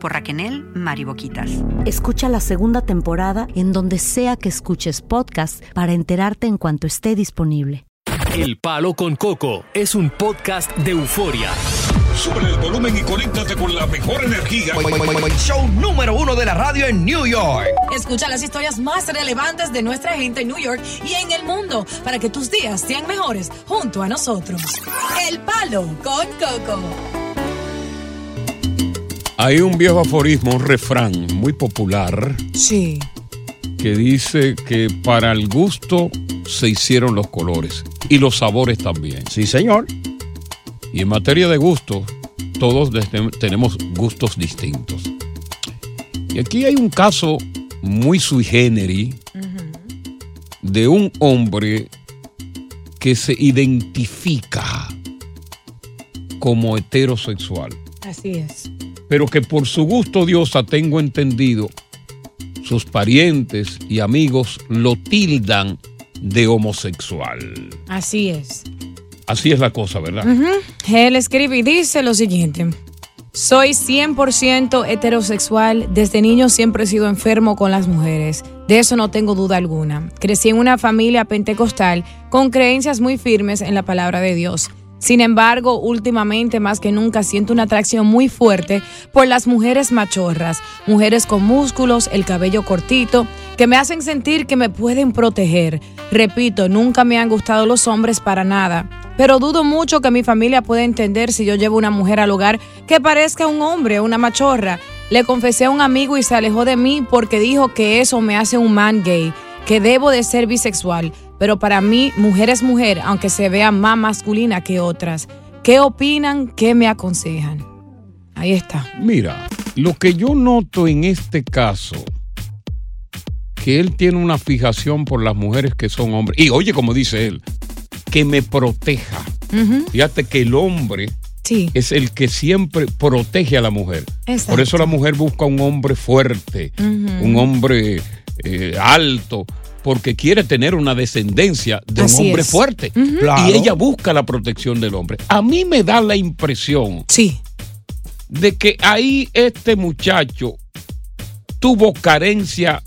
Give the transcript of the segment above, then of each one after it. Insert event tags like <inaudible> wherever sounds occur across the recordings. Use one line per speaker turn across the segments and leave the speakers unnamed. por Raquenel Mariboquitas.
Escucha la segunda temporada en donde sea que escuches podcast para enterarte en cuanto esté disponible.
El Palo con Coco es un podcast de euforia.
Sube el volumen y conéctate con la mejor energía.
Show número uno de la radio en New York.
Escucha las historias más relevantes de nuestra gente en New York y en el mundo para que tus días sean mejores junto a nosotros. El Palo con Coco.
Hay un viejo aforismo, un refrán muy popular
Sí.
que dice que para el gusto se hicieron los colores y los sabores también.
Sí, señor.
Y en materia de gusto, todos desde- tenemos gustos distintos. Y aquí hay un caso muy sui generis de un hombre que se identifica como heterosexual.
Así es.
pero que por su gusto diosa tengo entendido, sus parientes y amigos lo tildan de homosexual.
Así es.
Así es la cosa, ¿verdad?
Él escribe y dice lo siguiente. Soy 100% heterosexual. Desde niño siempre he sido enfermo con las mujeres. De eso no tengo duda alguna. Crecí en una familia pentecostal con creencias muy firmes en la palabra de Dios. Sin embargo, últimamente más que nunca siento una atracción muy fuerte por las mujeres machorras, mujeres con músculos, el cabello cortito, que me hacen sentir que me pueden proteger. Repito, nunca me han gustado los hombres para nada, pero dudo mucho que mi familia pueda entender si yo llevo una mujer al hogar que parezca un hombre o una machorra. Le confesé a un amigo y se alejó de mí porque dijo que eso me hace un man gay, que debo de ser bisexual, pero para mí mujer es mujer, aunque se vea más masculina que otras. ¿Qué opinan? ¿Qué me aconsejan? Ahí está.
Mira, lo que yo noto en este caso, que él tiene una fijación por las mujeres que son hombres. Y oye, como dice él, que me proteja.
Ujú.
Fíjate que el hombre
Sí,
es el que siempre protege a la mujer.
Exacto.
Por eso la mujer busca un hombre fuerte,
Ujú.
un hombre eh, alto, porque quiere tener una descendencia de
Así
un hombre
es.
fuerte.
Ujú.
Claro.
Y ella busca la protección del hombre. A mí me da la impresión
sí,
de que ahí este muchacho tuvo carencia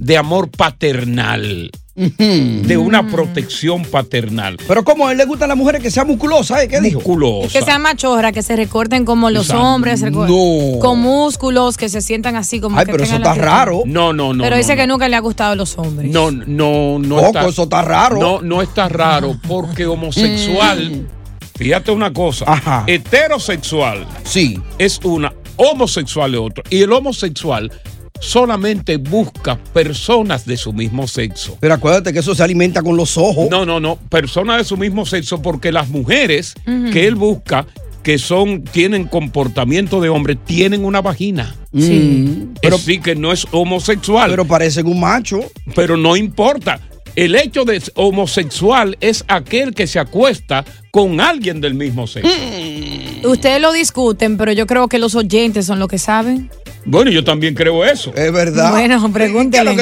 de amor paternal, de una
Mm.
protección paternal.
Hmm. Pero como a él le gustan las mujeres que sean musculosas, ¿eh? ¿Qué dijo?
Musculosa.
que sean machorras, que se recorten como los
Exacto.
hombres, reco-
No.
con músculos, que se sientan así como
Ay,
que
pero eso
tengan la
está
pierna.
raro.
No, no, no.
pero
no,
dice
no.
que nunca le ha gustado los hombres.
No, no, no.
Coco, eso está raro.
No, no está raro porque homosexual, fíjate una cosa,
Ajá.
heterosexual
Sí.
es una, homosexual es otro. Y el homosexual solamente busca personas de su mismo sexo.
Pero acuérdate que eso se alimenta con los ojos.
No, no, no, personas de su mismo sexo, porque las mujeres
Ujú.
que él busca, que son, tienen comportamiento de hombre, tienen una vagina.
Mm.
Sí.
Pero, sí que no es homosexual. Pero
parecen un macho.
Pero no importa. El hecho de s- homosexual es aquel que se acuesta con alguien del mismo sexo.
Mm.
Ustedes lo discuten, pero yo creo que los oyentes son los que saben.
Bueno, yo también creo eso.
Es verdad.
Bueno, pregúntale.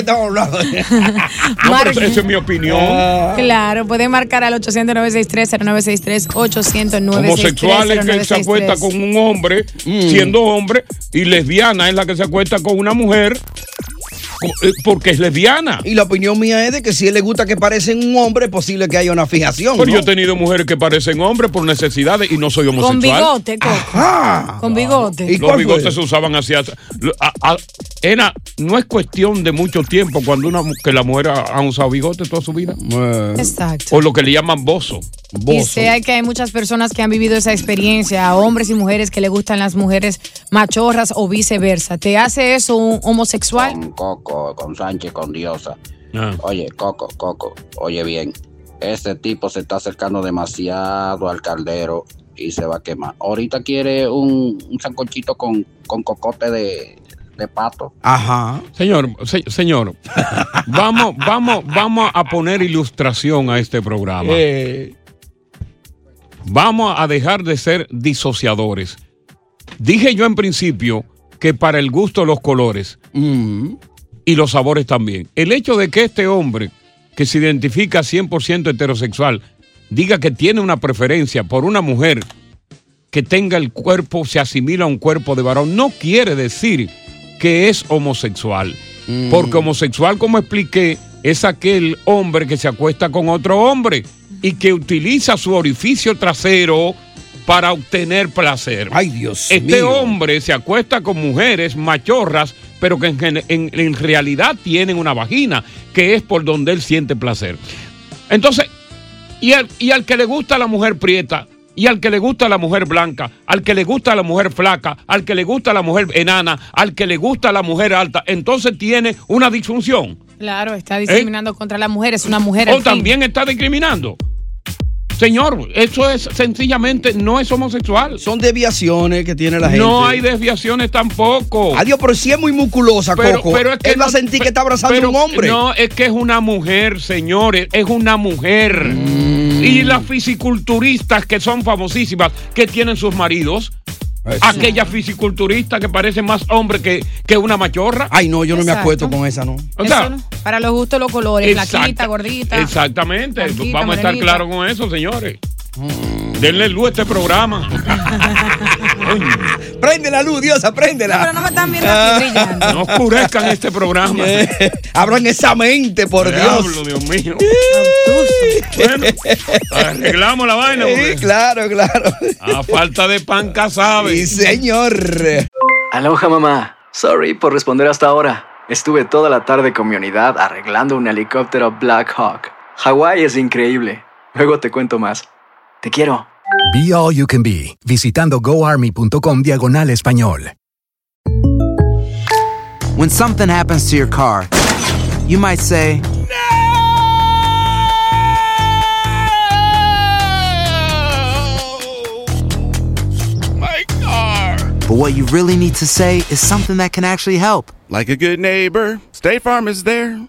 Ah, esa es mi opinión.
Ah.
Claro, pueden marcar al 800-963-0963, 800-963-0963.
Homosexual es que se acuesta con un hombre,
Mm.
siendo hombre, y lesbiana es la que se acuesta con una mujer co- eh, porque es lesbiana.
Y la opinión mía es de que si a él le gusta que parecen un hombre, es posible que haya una fijación.
Pero
¿no?
yo he tenido mujeres que parecen hombres por necesidades y no soy
Con
homosexual.
bigote, Coco.
Ah.
Con bigote.
Los bigotes se usaban hacia. lo- a- a- Era, no es cuestión de mucho tiempo cuando una mu- que la mujer ha, ha usado bigote toda su vida.
Eh. Exacto.
O lo que le llaman bozo.
Y sé que hay muchas personas que han vivido esa experiencia, hombres y mujeres que le gustan las mujeres machorras o viceversa. ¿Te hace eso un homosexual?
Coco, con Sánchez, con Diosa.
Ah.
Oye, Coco, Coco, oye bien. Ese tipo se está acercando demasiado al caldero y se va a quemar. Ahorita quiere un, un sancochito con, con cocote de, de pato.
Ajá. Señor, se- señor, vamos, vamos, vamos a poner ilustración a este programa. Vamos a dejar de ser disociadores. Dije yo en principio que para el gusto los colores y los sabores también. El hecho de que este hombre, que se identifica 100% heterosexual, diga que tiene una preferencia por una mujer que tenga el cuerpo, se asimila a un cuerpo de varón, no quiere decir que es homosexual.
Mm.
Porque homosexual, como expliqué, es aquel hombre que se acuesta con otro hombre y que utiliza su orificio trasero para obtener placer.
Ay, Dios
Este
mío.
hombre se acuesta con mujeres machorras, pero que en, gen- en- en realidad tienen una vagina, que es por donde él siente placer. Entonces, y al, y al que le gusta la mujer prieta, y al que le gusta la mujer blanca, al que le gusta la mujer flaca, al que le gusta la mujer enana, al que le gusta la mujer alta, entonces tiene una disfunción.
Claro, está discriminando contra las mujeres, una mujer.
O
en fin.
¿Eh? Oh, también está discriminando. Señor, eso es sencillamente no es homosexual.
Son desviaciones que tiene la gente.
No hay desviaciones tampoco.
Adiós, pero si es muy musculosa, Coco. Él va a sentir que está abrazando
pero-
a un hombre.
No, es que es una mujer, señores, es una mujer.
Mm.
Y las fisiculturistas que son famosísimas, que tienen sus maridos. Aquellas fisiculturistas que parecen más hombre que, que una machorra.
Ay, no, yo no me
Exacto.
acuesto con esa, no.
O sea,
Para los gustos, los colores,
Exacto.
flaquita, gordita.
exactamente. pues
Blanquita,
Vamos a estar
morenita.
claros con eso, señores. Denle luz a este
<laughs>
programa.
Prende la luz, Dios, préndela.
pero no me están viendo
Ah.
<laughs>
aquí brillando.
No oscurezcan este
<laughs>
programa.
Eh, Abran esa mente, por
Diablo,
Dios.
Dios mío. Bueno, arreglamos la vaina.
Sí, claro, claro.
A falta de pan, casabe.
Sí, señor.
Aloha mamá. Sorry por responder hasta ahora. Estuve toda la tarde con mi unidad arreglando un helicóptero Black Hawk. Hawái es increíble. Luego te cuento más. Te quiero.
Be All You Can Be, visitando goarmy.com diagonal español.
When something happens to your car, you might say, No!
My car.
But what you really need to say is something that can actually help.
Like a good neighbor, State Farm is there.
And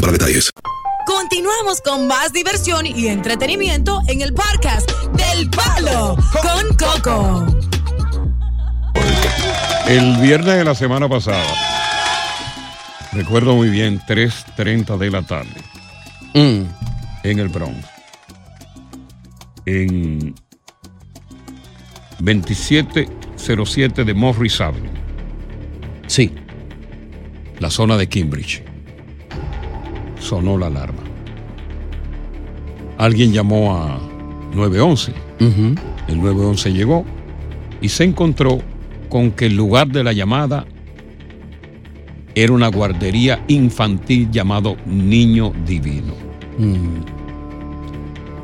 para detalles.
Continuamos con más diversión y entretenimiento en el podcast del Palo con Coco.
El viernes de la semana pasada Recuerdo muy bien, 3.30 de la tarde. Mm. En el Bronx. En 2707 de Morris Avenue.
Sí.
La zona de Cambridge. Sonó la alarma. Alguien llamó a 911. El 911 llegó y se encontró con que el lugar de la llamada era una guardería infantil llamado Niño Divino.
Mm.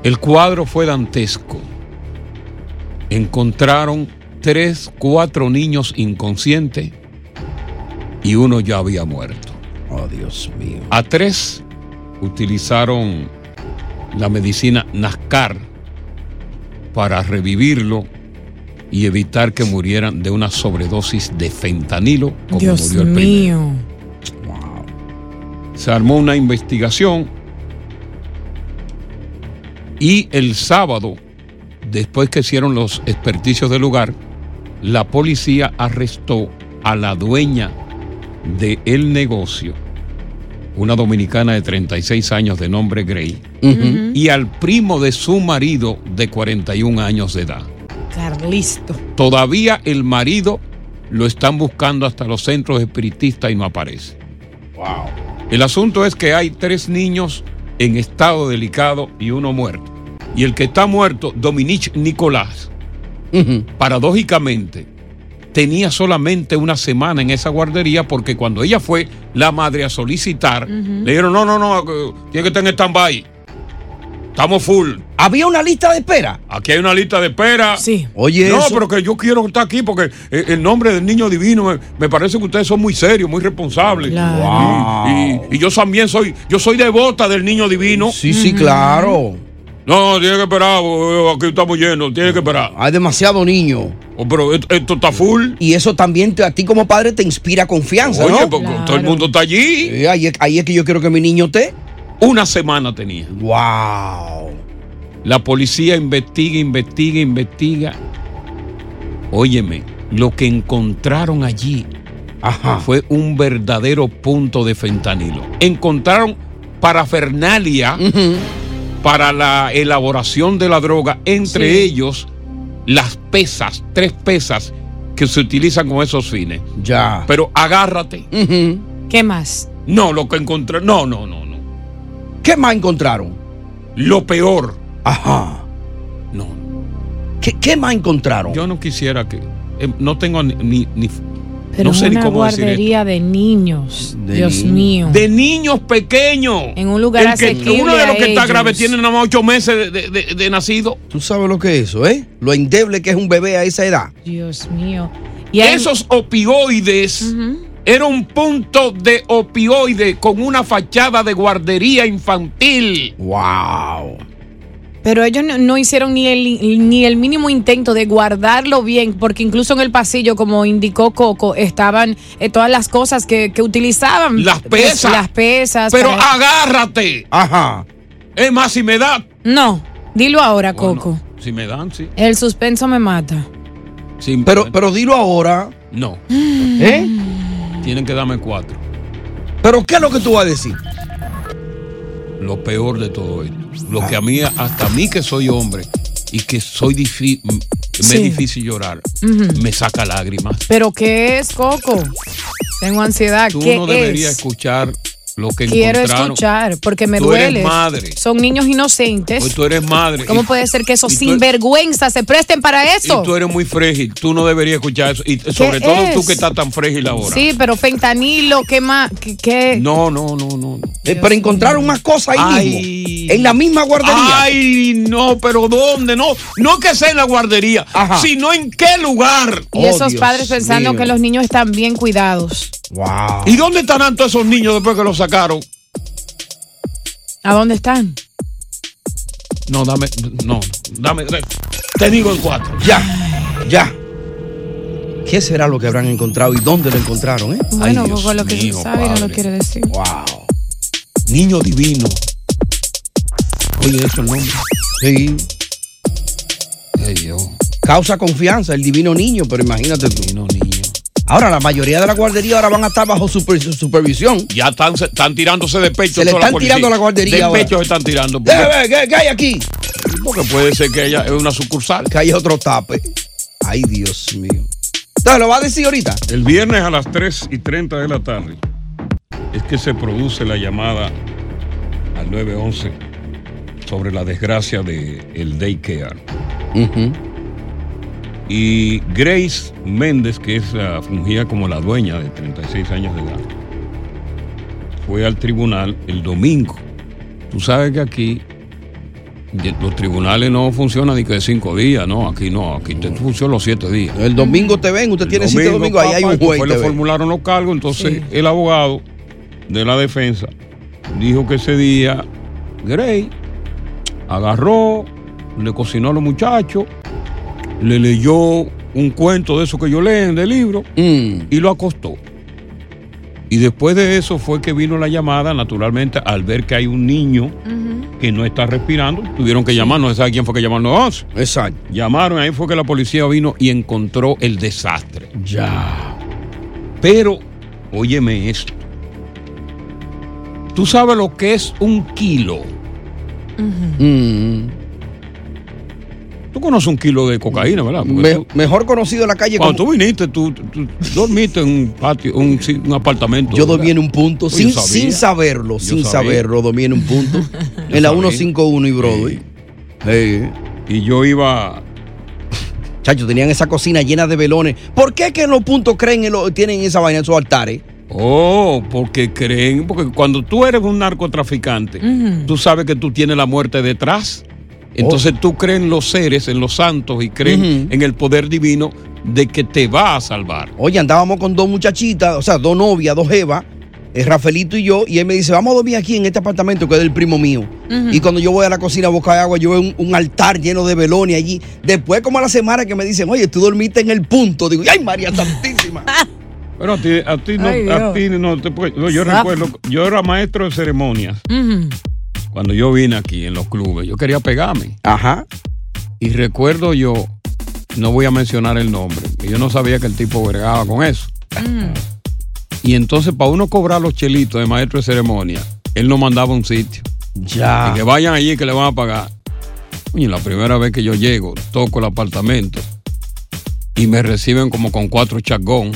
El cuadro fue dantesco. Encontraron tres, cuatro niños inconscientes y uno ya había muerto.
Oh, Dios mío.
A tres utilizaron la medicina Nascar para revivirlo y evitar que murieran de una sobredosis de fentanilo como
Dios
murió el primero.
mío.
Se armó una investigación y el sábado, después que hicieron los experticios del lugar, la policía arrestó a la dueña del negocio, una dominicana de 36 años de nombre Gray,
Ujú.
y al primo de su marido de 41 años de edad.
Carlisto.
Todavía el marido lo están buscando hasta los centros espiritistas y no aparece. El asunto es que hay tres niños en estado delicado y uno muerto. Y el que está muerto, Dominique Nicolás, paradójicamente, tenía solamente una semana en esa guardería porque cuando ella fue la madre a solicitar,
Ujú.
le dijeron, no, no, no, eh, tiene que estar en stand-by. Estamos full.
¿Había una lista de espera?
Aquí hay una lista de espera. Sí.
Oye,
No,
eso-
pero que yo quiero estar aquí porque eh, el nombre del niño divino me, me parece que ustedes son muy serios, muy responsables. Y-
Claro.
Y, y yo también soy, yo soy devota del niño divino.
Sí, sí, claro.
No, tiene que esperar, eh, aquí estamos llenos, tiene que esperar. Oh,
Hay demasiado niño.
pero esto, está full.
Y eso también te- a ti como padre te inspira confianza,
Oye,
¿no?
porque todo el mundo está allí.
Eh, ahí, es, ahí es que yo quiero que mi niño esté.
Una semana tenía.
¡Wow!
La policía investiga, investiga, investiga. Óyeme, lo que encontraron allí
Ah.
fue un verdadero punto de fentanilo. Encontraron parafernalia
Mm.
para la elaboración de la droga, entre
Sí.
ellos las pesas, tres pesas que se utilizan con esos fines.
Ya.
Pero agárrate.
¿Qué más?
No, lo que encontré. No, no, no, no.
¿Qué más encontraron?
Lo peor.
Ajá.
No.
¿Qué, qué más encontraron?
Yo no quisiera que. eh, no tengo ni. ni- ni-
Pero
no sé
una
ni cómo decir esto.
guardería de niños. Dios
niños.
mío.
De niños pequeños.
En un lugar
El que-
asequible
uno de los
a
que está
ellos.
grave tiene nada más ocho meses de, de- de- de nacido.
Tú sabes lo que es eso, ¿eh? Lo endeble que es un bebé a esa edad.
Dios mío.
Esos opioides era un punto de opioide con una fachada de guardería infantil.
¡Wow!
Pero ellos no, no hicieron ni el, ni el mínimo intento de guardarlo bien, porque incluso en el pasillo, como indicó Coco, estaban eh, todas las cosas que, que utilizaban.
Las
Pues,
pesas.
las pesas.
Pero ah-
para-
agárrate.
Ajá.
Es más, si me da.
No, dilo ahora, Coco.
Si me dan, sí.
El suspenso me mata.
pero, pero dilo ahora.
No.
¿Eh?
Tienen que darme cuatro.
¿Pero qué es lo que tú vas a decir? Eh,
Lo peor de todo esto. Lo que a mí, hasta a mí que soy hombre y que soy difícil, me
Sí.
es difícil llorar,
Ujú.
me saca lágrimas.
¿Pero qué es, Coco? Tengo ansiedad.
Tú
¿Qué
no
es?
deberías escuchar lo que
Quiero
encontraron.
escuchar, porque me
Tú eres
duele.
madre.
Son niños inocentes.
Hoy Pues tú eres madre.
¿Cómo
y-
puede ser que esos
y tú-
sinvergüenzas se presten para eso?
Y tú eres muy frágil. Tú no deberías escuchar eso. Y sobre todo
es?
tú que estás tan frágil ahora.
Sí, pero fentanilo, ¿qué más? ¿Qué? qué?
No, no, no, no.
pero encontraron más cosas ahí mismo. En la misma guardería.
Ay, no, pero ¿dónde? No, no que sea en la guardería,
Ajá.
sino en qué lugar.
Y esos padres pensando que los niños están bien cuidados.
Wow.
¿Y dónde estarán todos esos niños después que los sacaron?
¿A dónde están?
No, dame, no, dame. Te digo en cuatro.
Ya, ya. ¿Qué será lo que habrán encontrado y dónde lo encontraron, eh?
Bueno, Coco, lo que se sabe y no lo
padre.
quiere decir.
Wow.
Niño divino. Oye, eso el nombre.
Sí.
Ey, yo.
Causa confianza, el divino niño, pero imagínate tú.
Divino niño.
Ahora, la mayoría de las guarderías ahora van a estar bajo super- supervisión.
Ya están, se- están tirándose de pecho.
Se le
toda la
están
policía.
tirando a la guardería
De
ahora.
pecho se están tirando.
Deja ver,
porque-
¿qué, qué hay aquí?
Porque puede ser que haya una sucursal.
Que haya otro tape. Ay, Dios mío. Entonces, ¿lo va a decir ahorita?
El viernes a las 3 y 30 de la tarde es que se produce la llamada al 911 sobre la desgracia del el daycare. Y Grace Méndez, que es la- fungía como la dueña de 36 años de edad, fue al tribunal el domingo. Tú sabes que aquí de- los tribunales no funcionan ni que de cinco días, no, aquí no, aquí te funciona los siete días.
El domingo te ven, usted tiene cita el domingo, ahí hay
papá,
un juez.
después
te
le
ven.
formularon los cargos, entonces el abogado de la defensa dijo que ese día Gray agarró, le cocinó a los muchachos, le leyó un cuento de eso que yo leen de libro
Mm,
y lo acostó. Y después de eso fue que vino la llamada, naturalmente, al ver que hay un niño que no está respirando, tuvieron que llamar, no se sabe quién fue que llamó al 911.
Exacto.
Llamaron, ahí fue que la policía vino y encontró el desastre. Ya. Pero, óyeme esto. ¿Tú sabes lo que es un kilo? Mm.
Mm.
Ah, Tú conoces un kilo de cocaína, ¿verdad? Porque
Me-
tú-
mejor conocido en la calle
cuando
como.
tú viniste, tú, tú dormiste en un patio, un, sí, un apartamento.
Yo
¿verdad?
dormí en un punto,
Pues yo
sin,
sabía.
sin saberlo,
Yo
sin
sabía.
saberlo, dormí en un punto.
<laughs> Yo
en la
sabía.
151 y Broadway.
Y yo iba.
Chacho, tenían esa cocina llena de velones. ¿Por qué que en los puntos creen en lo- tienen esa vaina en sus altares?
Oh, porque creen, porque cuando tú eres un narcotraficante,
Ujú. Oh.
tú sabes que tú tienes la muerte detrás. Entonces tú crees en los seres, en los santos y crees en el poder divino de que te va a salvar.
Oye, andábamos con dos muchachitas, o sea, dos novias, dos jevas, eh, Rafaelito y yo, y él me dice, vamos a dormir aquí en este apartamento que es del primo mío.
Ujú.
Y cuando yo voy a la cocina a buscar agua, yo veo un, un altar lleno de velones allí. Después, como a la semana que me dicen, oye, tú dormiste en el punto. Digo, ay, María Santísima.
Pero a ti, a ti no,
Ay,
a
Dios.
ti no te puede- no, Yo
Zap.
recuerdo, yo era maestro de ceremonias cuando yo vine aquí en los clubes. Yo quería pegarme.
Ajá.
Y recuerdo yo, no voy a mencionar el nombre, que yo no sabía que el tipo vergaba con eso. Y entonces, para uno cobrar los chelitos de maestro de ceremonia, él nos mandaba a un sitio.
Ya.
Y que vayan allí que le van a pagar. Y la primera vez que yo llego, toco el apartamento y me reciben como con cuatro chacón.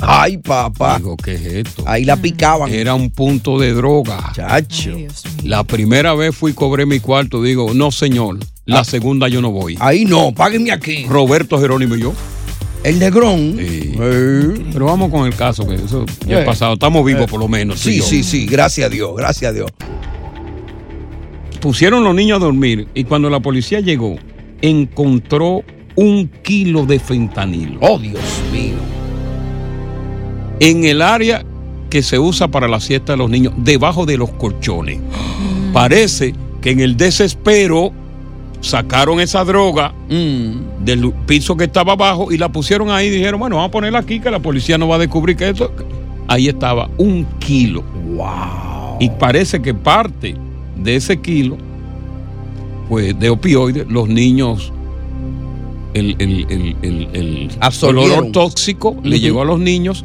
Ay, papá.
Digo, ¿qué es esto?
Ahí la picaban.
Era un punto de droga.
Chacho.
La primera vez fui, cobré mi cuarto. Digo, no, señor. La segunda yo no voy.
Ahí no, páguenme aquí.
Roberto Jerónimo y yo.
El negrón.
Sí. Pero vamos con el caso, que eso ya
Eh.
ha pasado. Estamos vivos
Eh.
por lo menos. tú y
Sí,
yo.
sí, sí, gracias a Dios, gracias a Dios.
Pusieron los niños a dormir y cuando la policía llegó, encontró un kilo de fentanilo.
Oh, Dios mío.
En el área que se usa para la siesta de los niños, debajo de
<gasps>
los colchones. Parece que en el desespero sacaron esa droga
Mm.
del piso que estaba abajo y la pusieron ahí y dijeron, bueno, vamos a ponerla aquí que la policía no va a descubrir que esto... Ahí estaba un kilo. ¡Wow! Y parece que parte de ese kilo, pues de opioides, los niños, el, el- el- el- el
Absorbieron.
olor tóxico le
Ujú.
llegó a los niños,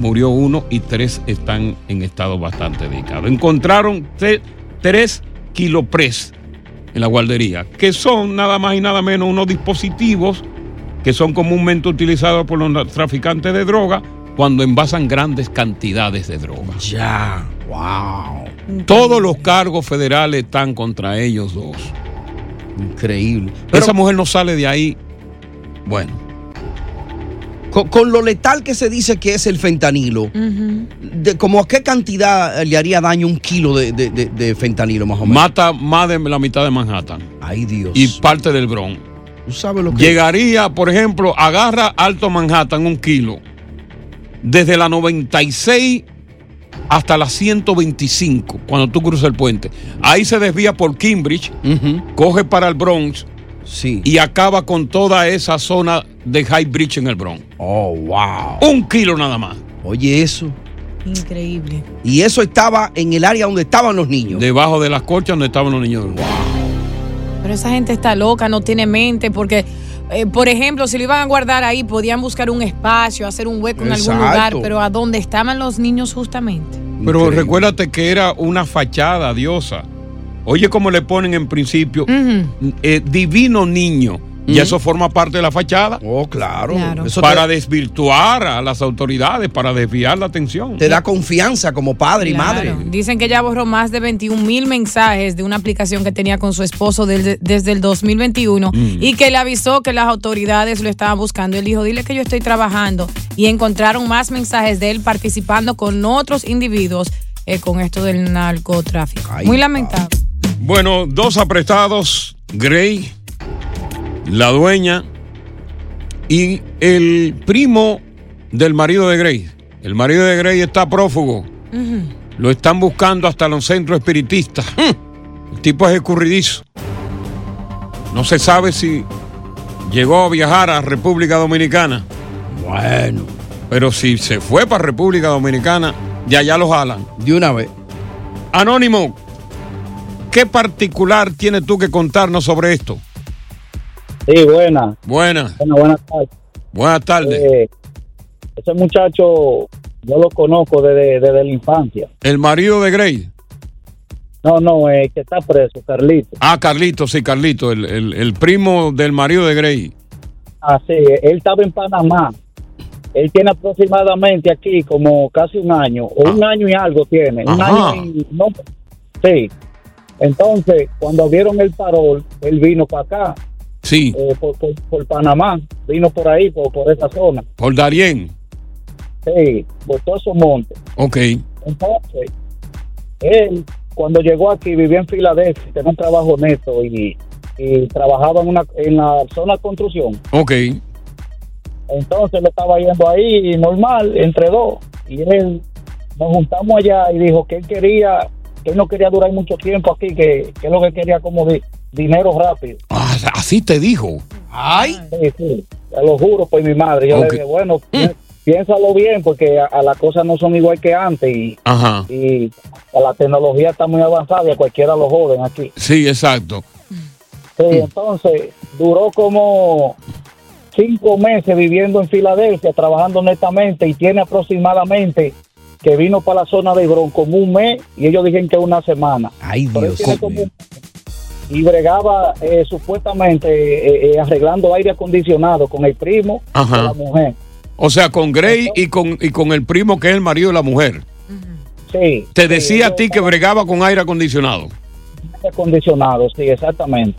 murió uno y tres están en estado bastante delicado. Encontraron te- tres kilopres en la guardería, que son nada más y nada menos unos dispositivos que son comúnmente utilizados por los traficantes de droga cuando envasan grandes cantidades de droga.
Ya, wow.
Todos los cargos federales están contra ellos dos.
Increíble.
Esa mujer no sale de ahí. Bueno.
Con, con lo letal que se dice que es el fentanilo, de, ¿como a qué cantidad eh, le haría daño un kilo de, de- de- de fentanilo más o menos?
Mata más de la mitad de Manhattan.
Ay, Dios.
Y parte del Bronx.
¿Tú sabes lo que
Llegaría, por ejemplo, agarra Alto Manhattan un kilo. Desde la 96 hasta la 125, cuando tú cruzas el puente. Ahí se desvía por Cambridge, coge para el Bronx y acaba con toda esa zona de High Bridge en el Bronx.
Oh, wow.
Un kilo nada más.
Oye, eso.
Increíble.
Y eso estaba en el área donde estaban los niños.
Debajo de las colchas donde estaban los niños.
Pero esa gente está loca, no tiene mente, porque
eh, por ejemplo, si lo iban a guardar ahí, podían buscar un espacio, hacer un hueco en algún
Exacto.
lugar, pero a dónde estaban los niños justamente.
Pero recuérdate que era una fachada diosa. Oye, como le ponen en principio,
Mm.
eh, divino niño. Y eso forma parte de la fachada.
Oh, claro.
Claro.
Mm. Eso
para
te-
desvirtuar a las autoridades, para desviar la atención.
Te da confianza como padre y madre.
Claro. Dicen que ella borró más de 21 mil mensajes de una aplicación que tenía con su esposo del- desde el 2021
Mm.
y que le avisó que las autoridades lo estaban buscando. Él dijo, dile que yo estoy trabajando y encontraron más mensajes de él participando con otros individuos eh, con esto del narcotráfico. Muy lamentable.
Bueno, dos aprestados, Gray, la dueña y el primo del marido de Gray. El marido de Gray está prófugo. Lo están buscando hasta los centros espiritistas. ¡Mm! El tipo es escurridizo. No se sabe si llegó a viajar a República Dominicana. Bueno. Pero si se fue para República Dominicana, de allá lo jalan.
De una vez.
Anónimo, ¿qué particular tienes tú que contarnos sobre esto?
Sí, buena.
Buena.
Bueno, buenas tardes.
Buenas tardes.
ese muchacho yo lo conozco desde, desde la infancia.
El marido de Grey.
No, no, eh, que está preso, Carlito.
Ah, Carlito, sí, Carlito, el, el- el primo del marido de Grey.
Así, él estaba en Panamá. Él tiene aproximadamente aquí como casi un año, o un año y algo tiene. Un
Ajá.
año y no. Sí. Entonces, cuando vieron el parol, él vino para acá.
Sí.
eh, por, por- por Panamá, vino por ahí, por, por esa zona.
Por Darien.
Sí, por todos esos montes.
Ok.
Entonces, él cuando llegó aquí vivía en Filadelfia, tenía un trabajo neto y, y trabajaba en, una, en la zona de construcción.
Ok.
Entonces le estaba yendo ahí normal, entre dos. Y él, nos juntamos allá y dijo que él quería, que él no quería durar mucho tiempo aquí, que, que lo que quería como di- dinero rápido.
Ah, Así te dijo.
¡Ay! Sí, sí, te lo juro por mi madre. Yo
Ok.
le dije, bueno, pi- piénsalo bien porque a- a las cosas no son igual que antes y
Ajá.
y la tecnología está muy avanzada y a cualquiera lo joden aquí.
Sí, exacto.
Sí, entonces duró como cinco meses viviendo en Filadelfia, trabajando honestamente y tiene aproximadamente que vino para la zona de Hebrón como un mes y ellos dijeron que una semana.
Ay,
Pero él
Dios
tiene como un mes. y bregaba eh, supuestamente eh, eh, arreglando aire acondicionado con el primo
Ajá.
de la mujer.
O sea, con Grey y con, y con el primo que es el marido de la mujer.
Sí.
Te decía a ti que bregaba con aire acondicionado.
aire acondicionado, sí, exactamente.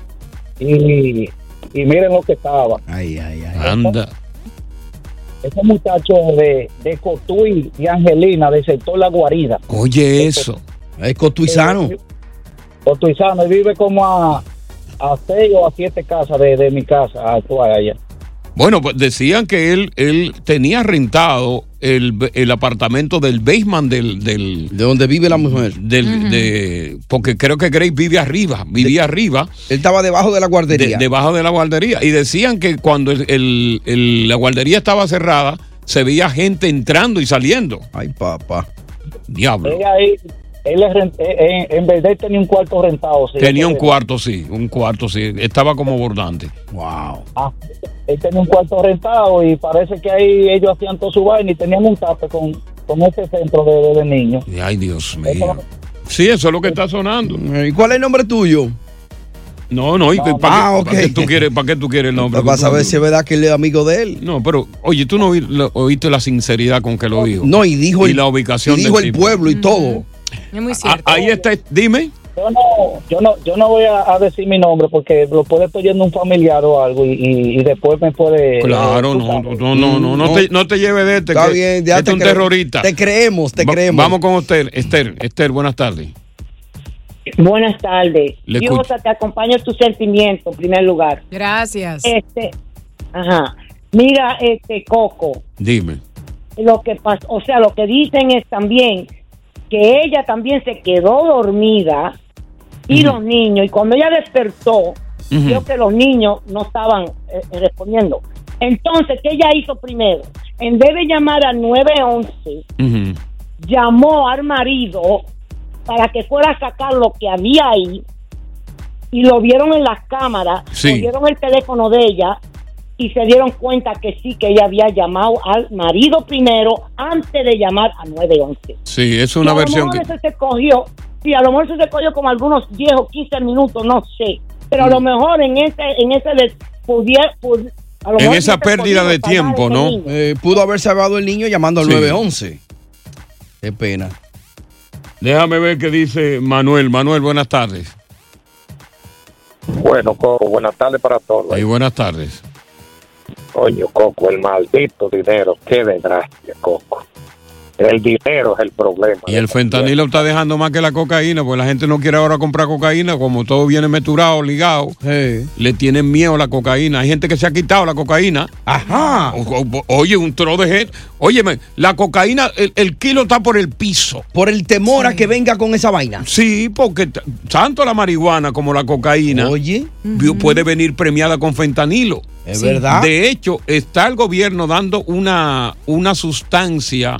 Y, y miren lo que estaba.
Eh. Anda.
Ese muchacho de, de Cotuí y Angelina, del sector La Guarida.
Oye, eso.
Es cotuizano.
Eh, Cotuizano, él vive como a, a seis o a siete casas de, de mi casa actual allá.
Bueno, pues decían que él, él tenía rentado el, el apartamento del basement del, del-
De donde vive la mujer.
del- de- porque creo que Grace vive arriba, vivía arriba.
Él estaba debajo de la guardería.
de- debajo de la guardería. Y decían que cuando el- el- el- la guardería estaba cerrada, se veía gente entrando y saliendo.
Ay, papá.
Diablo.
Él ahí, él es rent- eh, en, en verdad él tenía un cuarto rentado. sí.
Tenía un cuarto, sí, un cuarto, sí. Estaba como bordante. Wow.
Ah, él tenía un cuarto rentado y parece que ahí ellos hacían todo su vaina y tenían un tape con, con este centro de, de- de niños.
Ay, Dios mío. Sí, eso es lo que está sonando.
Eh, ¿Y cuál es el nombre tuyo?
No, no, ¿y
No, no.
para, qué,
Ah,
para
ok.
qué tú quieres, para qué tú quieres el nombre?
Para saber si es verdad que él es amigo de él.
No, pero oye, tú no oí- lo- oíste la sinceridad con que lo dijo.
No, y dijo
Y
el-
la ubicación
y
del
dijo el
tipo.
pueblo y todo.
Es muy
Ah, ahí está, dime.
Yo no, yo no, yo no voy a, a decir mi nombre porque lo puede estar oyendo un familiar o algo y, y- y después me puede.
Claro,
tú
no,
sabes.
no, no, no, no,
no.
te, no te lleves de este.
Mm, Está
que
bien,
este
ya
es
te
un
creo-
terrorista.
te creemos, te
Va-
creemos.
Vamos con usted, Esther. Esther, buenas tardes.
Buenas tardes.
Le
Dios te acompaña tus sentimientos en primer lugar.
Gracias.
Eh,
Este, ajá. Mira, este Coco,
Dime.
lo que pasó, o sea, lo que dicen es también que ella también se quedó dormida y los niños, y cuando ella despertó,
Ujú.
vio que los niños no estaban eh, respondiendo. Entonces, ¿qué ella hizo primero? En vez de llamar al 911, llamó al marido para que fuera a sacar lo que había ahí y lo vieron en las cámaras,
Sí.
cogieron el teléfono de ella
y se dieron cuenta que sí, que ella había llamado al marido primero antes de llamar a 911.
Sí, es una
Y a
versión
lo
que...
mejor eso se cogió, sí, a lo mejor eso se cogió como algunos 10 o 15 minutos, no sé. Pero a lo
Mm.
mejor en ese, en ese de- pudiera, pud- a lo
En
mejor
esa
hubiese
pérdida
podido
de
salvar
tiempo,
ese
¿no?
niño.
Eh, pudo haber salvado el niño llamando al
Sí.
911. Qué pena.
Déjame ver qué dice Manuel. Manuel, buenas tardes.
Bueno, Coco, buenas tardes para todos.
Y buenas tardes.
Coño, Coco, el maldito dinero, qué desgracia, Coco. El dinero es el problema.
Y el fentanilo está dejando más que la cocaína, porque la gente no quiere ahora comprar cocaína, como todo viene meturado, ligado. Le tienen miedo a la cocaína. Hay gente que se ha quitado la cocaína. Ajá. oye, un tro de gente. Óyeme, la cocaína, el, el kilo está por el piso.
Por el temor a que venga con esa vaina.
Sí, porque t- tanto la marihuana como la cocaína vi- puede venir premiada con fentanilo.
Es Sí. verdad.
De hecho, está el gobierno dando una, una sustancia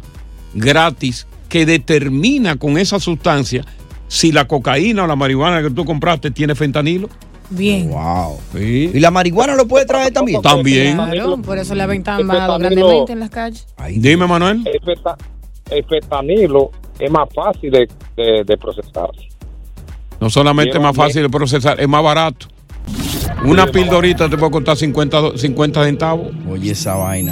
gratis que determina con esa sustancia si la cocaína o la marihuana que tú compraste tiene fentanilo.
Bien.
Wow. ¿Y la marihuana lo puede traer también?
También.
Claro, por eso la ven
Este
tan mal
Fentanilo.
grandemente en las calles.
Dime, Manuel.
El, fenta- el fentanilo este es más fácil de, de- de procesar.
No solamente es más
Llévame.
fácil de procesar, es más barato. Una pildorita te puede costar 50, do- 50 centavos.
Oye, esa vaina.